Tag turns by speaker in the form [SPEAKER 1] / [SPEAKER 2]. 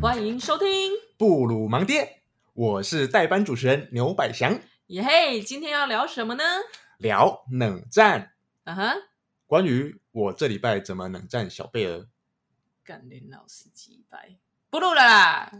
[SPEAKER 1] 欢迎收听，
[SPEAKER 2] 布鲁盲爹，我是代班主持人牛百祥，
[SPEAKER 1] 耶嘿！今天要聊什么呢？
[SPEAKER 2] 聊冷战。
[SPEAKER 1] 啊哈，
[SPEAKER 2] 关于我这礼拜怎么冷战小贝儿，
[SPEAKER 1] 干林老师几百不录了啦。